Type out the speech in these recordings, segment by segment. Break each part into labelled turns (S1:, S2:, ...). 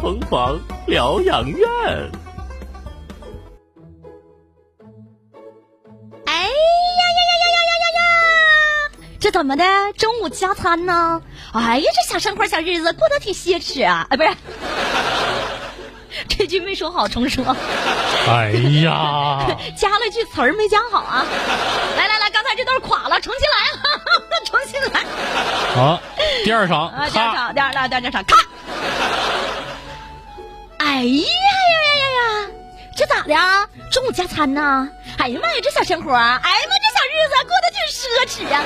S1: 疯狂疗养院。
S2: 哎呀呀呀呀呀呀呀呀！这怎么的？中午加餐呢？哎呀，这小生活小日子过得挺奢侈啊！哎，不是，这句没说好，重说。
S1: 哎呀，
S2: 加了句词儿没加好啊！来来来，刚才这段垮了，重新来啊！ 重新来
S1: 好，第二场，
S2: 啊！第二
S1: 咔，
S2: 场，第二第二第二场，咔！哎呀呀呀呀呀！这咋的啊？中午加餐呢？哎呀妈呀，这小生活啊！哎呀妈，这小日子过得挺奢侈呀、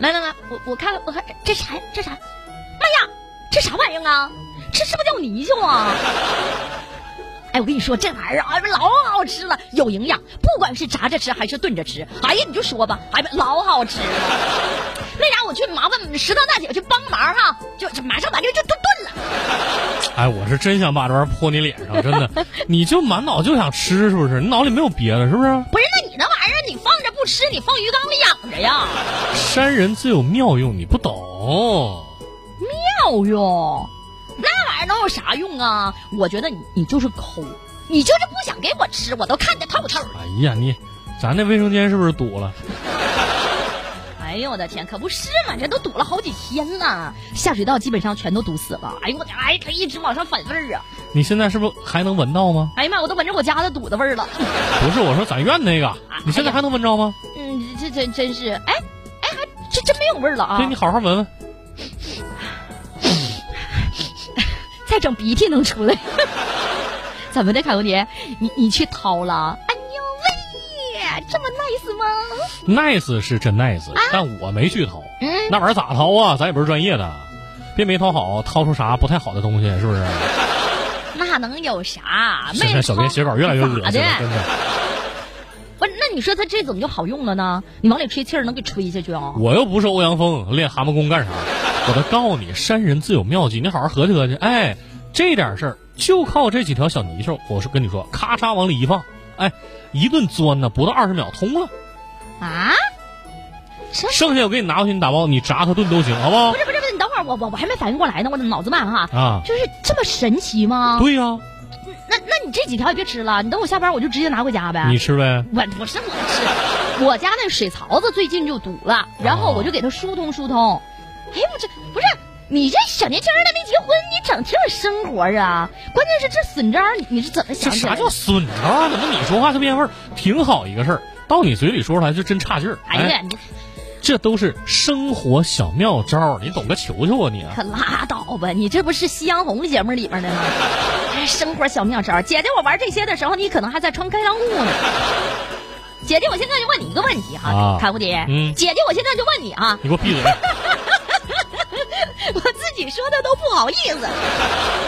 S2: 来来来，我我看我看这啥呀这啥？妈呀，这啥玩意儿啊？这是不是叫泥鳅啊？哎，我跟你说，这玩意儿啊，老好吃了，有营养，不管是炸着吃还是炖着吃，哎呀，你就说吧，哎呀，老好吃了。那啥，我去麻烦食堂大姐去帮忙哈、就就马上把这个就炖炖了。
S1: 哎，我是真想把这玩意儿泼你脸上，真 的，你就满脑就想吃，是不是？你脑里没有别的，是不是？
S2: 不是，那你那玩意儿你放着不吃，你放鱼缸里养着呀？
S1: 山人自有妙用，你不懂。
S2: 妙用，那玩意儿能有啥用啊？我觉得你你就是抠，你就是不想给我吃，我都看得透透的。
S1: 哎呀，你，咱那卫生间是不是堵了？
S2: 哎呦我的天，可不是嘛，这都堵了好几天了，下水道基本上全都堵死了。哎呦我的，哎，它一直往上反味儿啊！
S1: 你现在是不是还能闻到吗？
S2: 哎呀妈，我都闻着我家的堵的味儿了。
S1: 不是，我说咱院那个，你
S2: 哎
S1: 现在还能闻着吗？
S2: 嗯，这这真是，哎哎，还这真没有味儿了啊
S1: 对，！你好好闻闻。
S2: 再整鼻涕能出来。怎么的，卡罗迪？你你去掏了？哎呦喂，这么 nice 吗？
S1: nice 是真 nice，但我没去掏，
S2: 啊嗯，
S1: 那玩意儿咋掏啊？咱也不是专业的，别没掏好，掏出啥不太好的东西，是不是？
S2: 那能有啥？
S1: 现在
S2: 没
S1: 小编
S2: 掏
S1: 写稿越来越恶心了，
S2: 咋的？
S1: 真的。
S2: 不是，那你说它这怎么就好用了呢？你往里吹气儿能给吹下去啊、
S1: 我又不是欧阳锋，练蛤蟆功干啥？我都告诉你，山人自有妙计，你好好合计合计。哎，这点事儿就靠这几条小泥鳅，我是跟你说，咔嚓往里一放，哎，一顿钻呢，不到二十秒通了。
S2: 啊？
S1: 剩下我给你拿回去，你打包，你炸它炖都行，好不好
S2: 不？是不是不是，你等会儿我我我还没反应过来呢，我的脑子慢哈。
S1: 啊，
S2: 就是这么神奇吗？
S1: 对呀、
S2: 那那你这几条也别吃了，你等我下班我就直接拿回家呗。
S1: 你吃呗。
S2: 我不是我吃，我家那水槽子最近就堵了，然
S1: 哦
S2: 后我就给它疏通疏通。哎，我这不是你这小年轻儿的没结婚，你整挺有生活啊！关键是这损招儿，你你是怎
S1: 这
S2: 么想起
S1: 啥
S2: 来的
S1: 叫？损招啊？怎么你说话就变味儿？挺好一个事儿，到你嘴里说出来就真差劲儿。
S2: 哎呀，你
S1: 这都是生活小妙招儿，你懂个球球啊你 啊！
S2: 可拉倒吧！你这不是《夕阳红》节目里面的吗？哎，生活小妙招儿，姐姐，我玩这些的时候，你可能还在穿开裆裤呢。 姐姐，我现在就问你一个问题
S1: 啊
S2: 哈，卡蝴蝶。
S1: 嗯
S2: 姐姐，我现在就问你啊，
S1: 你给我闭嘴！
S2: 我自己说的都不好意思。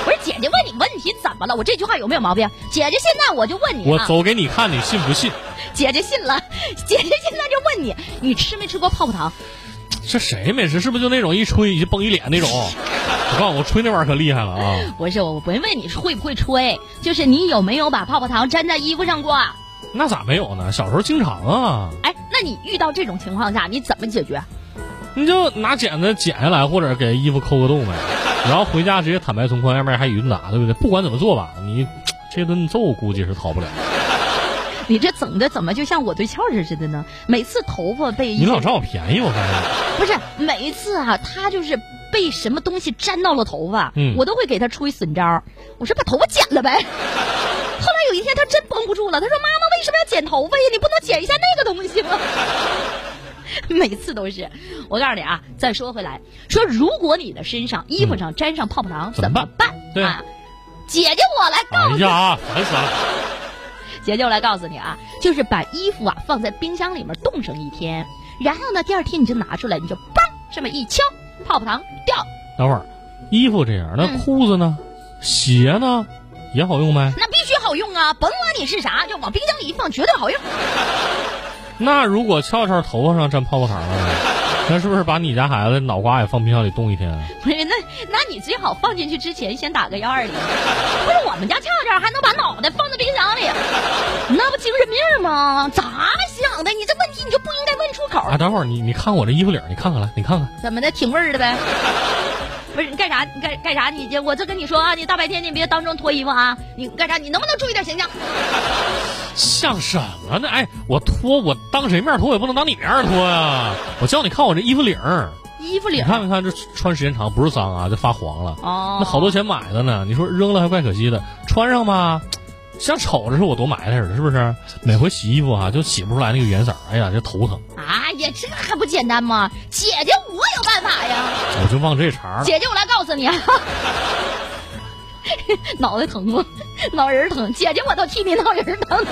S2: 不是姐姐问你问题怎么了？我这句话有没有毛病？姐姐现在我就问你
S1: 我
S2: 啊，
S1: 走给你看，你信不信？
S2: 姐姐信了，姐姐现在就问你，你吃没吃过泡泡糖？
S1: 这谁没吃？是不是就那种一吹就崩一脸那种？我告诉你，我吹那玩意儿可厉害了啊！
S2: 不是，我不问你会不会吹，就是你有没有把泡泡糖粘在衣服上过？啊
S1: 那咋没有呢？小时候经常啊，
S2: 哎，那你遇到这种情况下，你怎么解决？
S1: 你就拿剪子剪下来，或者给衣服抠个洞呗，然后回家直接坦白从宽，要不然还一顿打，对不对？不管怎么做吧，你这顿揍估计是逃不了。
S2: 你这整的怎么就像我对象似的呢？每次头发被
S1: 你
S2: 一
S1: 老
S2: 些
S1: 占我便宜，我发现。
S2: 不是每一次啊，他就是被什么东西粘到了头发，
S1: 嗯
S2: 我都会给他出一损招儿，我说把头发剪了呗。 后来有一天他真绷不住了，他说：“妈妈为什么要剪头发呀？你不能剪一下那个东西吗？” 每次都是，我告诉你啊，再说回来，说如果你的身上、衣服上沾上泡泡糖，
S1: 嗯怎么
S2: 怎么办？
S1: 对
S2: 啊，姐姐我来告
S1: 哎
S2: 诉你。
S1: 呀，烦死了！
S2: 姐姐，我来告诉你啊，就是把衣服啊放在冰箱里面冻上一天，然后呢，第二天你就拿出来，你就嘣这么一敲，泡泡糖掉，
S1: 等会儿，衣服这样，那
S2: 嗯
S1: 裤子呢？鞋呢？也好用呗。
S2: 那必须好用啊！甭管你是啥，就往冰箱里一放，绝对好用。
S1: 那如果翘翘头发上沾泡泡糖了呢？那是不是把你家孩子脑瓜也放冰箱里冻一天啊？
S2: 不是，那那你最好放进去之前先打个幺二零。不是我们家恰恰还能把脑袋放在冰箱里，那不精神病吗？咋想的？你这问题你就不应该问出口。
S1: 啊，等会儿你你看我这衣服领儿，你看看来，你看看，
S2: 怎么的，挺味儿的呗？ 不是你干啥？你干干啥？你这我就跟你说啊，你大白天你别当众脱衣服啊！你干啥？你能不能注意点形象？
S1: 像什么呢？哎，我脱我当谁面脱，我也不能当你面脱呀、我叫你看我这衣服领儿，
S2: 衣服
S1: 你
S2: 领
S1: 看没看这穿时间长不是脏啊，就发黄了。
S2: 哦，
S1: 那好多钱买的呢，你说扔了还怪可惜的，穿上吧，像瞅着是我多埋汰似的，是不是？每回洗衣服啊，就洗不出来那个原色儿，哎呀，这头疼，
S2: 啊呀，这还不简单吗？姐姐，我有办法呀！
S1: 我就忘这茬儿了。
S2: 姐姐，我来告诉你，啊， 脑袋疼吗？脑仁儿疼，姐姐，我都替你脑仁儿疼。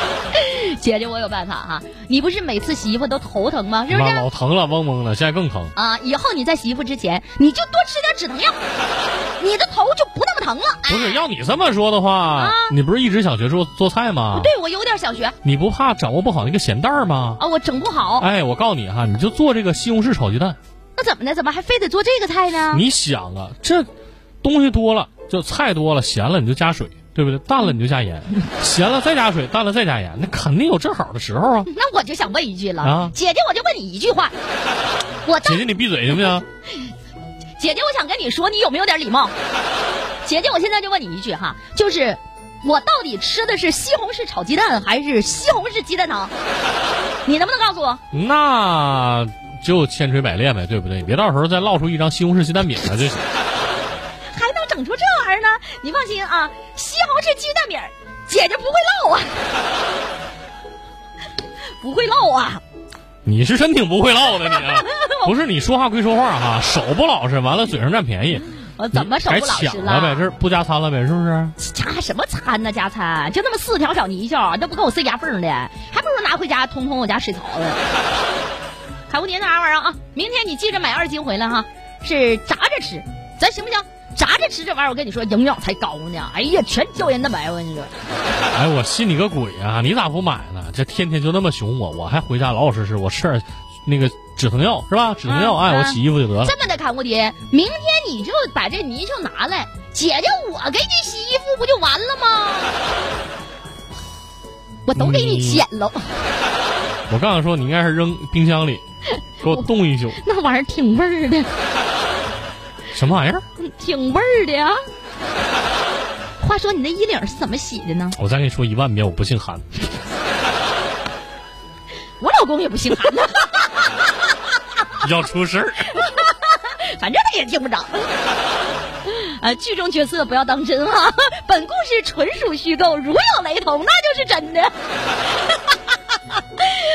S2: 姐姐，我有办法哈、你不是每次洗衣服都头疼吗？是不
S1: 妈
S2: 是？
S1: 老疼了，嗡嗡的，现在更疼。
S2: 啊，以后你在洗衣服之前，你就多吃点止 疼药，你的头就不那么疼了。哎
S1: 不是，要你这么说的话，
S2: 啊
S1: 你不是一直想学做做菜吗？
S2: 对我有点想学啊
S1: 你不怕掌握不好那个咸淡儿吗？
S2: 啊，我整不好，
S1: 哎，我告诉你哈，你就做这个西红柿炒鸡蛋。
S2: 那怎么的？怎么还非得做这个菜呢？
S1: 你想啊，这东西多了，就菜多了，咸了你就加水，对不对？淡了你就加 盐，咸了再加水，淡了再加盐，那肯定有正好的时候啊。
S2: 那我就想问一句了，
S1: 啊
S2: 姐姐，我就问你一句话，我到
S1: 姐姐，你闭嘴行不行？
S2: 姐姐，我想跟你说，你有没有点礼貌？姐姐，我现在就问你一句哈，就是我到底吃的是西红柿炒鸡蛋还是西红柿鸡蛋汤？你能不能告诉我？
S1: 那就千锤百炼呗，对不对？你别到时候再烙出一张西红柿鸡蛋饼来就行。
S2: 还能整出这玩意儿呢？你放心啊，西红柿鸡蛋饼儿，姐姐不会漏啊， 不会漏啊。
S1: 你是真挺不会唠的你 啊！不是你说话归说话哈、手不老实，完了嘴上占便宜，
S2: 我怎么手
S1: 改
S2: 不老
S1: 抢
S2: 实
S1: 了呗？这不加餐了呗？是不是？
S2: 加什么餐呢？加餐就那么四条小泥鳅，都不够我塞牙缝的，还不如拿回家通通我家水槽 子。海蝴蝶那啥玩意儿啊？明天你记着买二斤回来哈，是炸着吃，咱行不行？炸着吃这玩意儿，我跟你说营养才高呢。哎呀，全胶原蛋白，我跟你说。
S1: 哎，我信你个鬼啊！你咋不买呢？这天天就那么熊我，我还回家老老实实，我吃点那个止疼药是吧？止疼药，
S2: 嗯
S1: 哎，我
S2: 嗯
S1: 洗衣服就得了。
S2: 这么的，海蝴蝶，明天你就把这泥鳅拿来，姐姐我给你洗衣服不就完了吗？我都给你剪了，
S1: 我刚想说，你应该是扔冰箱里，给我冻一宿。
S2: 那玩意儿挺味儿的。
S1: 什么玩意儿？
S2: 挺味儿的呀。话说你那衣领是怎么洗的呢？
S1: 我再跟你说一万遍，我不姓韩。
S2: 我老公也不姓 韩的，
S1: 要出事儿。
S2: 反正他也听不着。 啊，剧中角色不要当真啊！本故事纯属虚构，如有雷同， 那就是真的。哎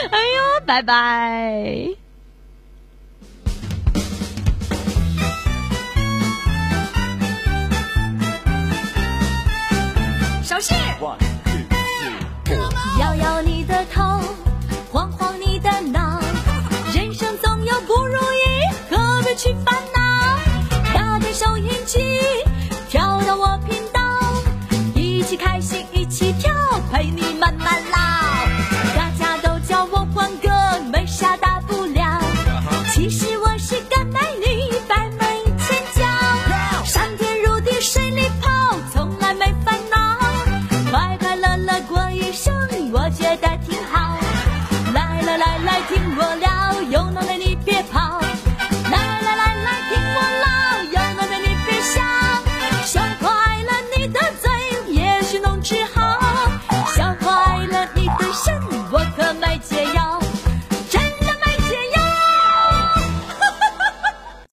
S2: 呦，拜拜。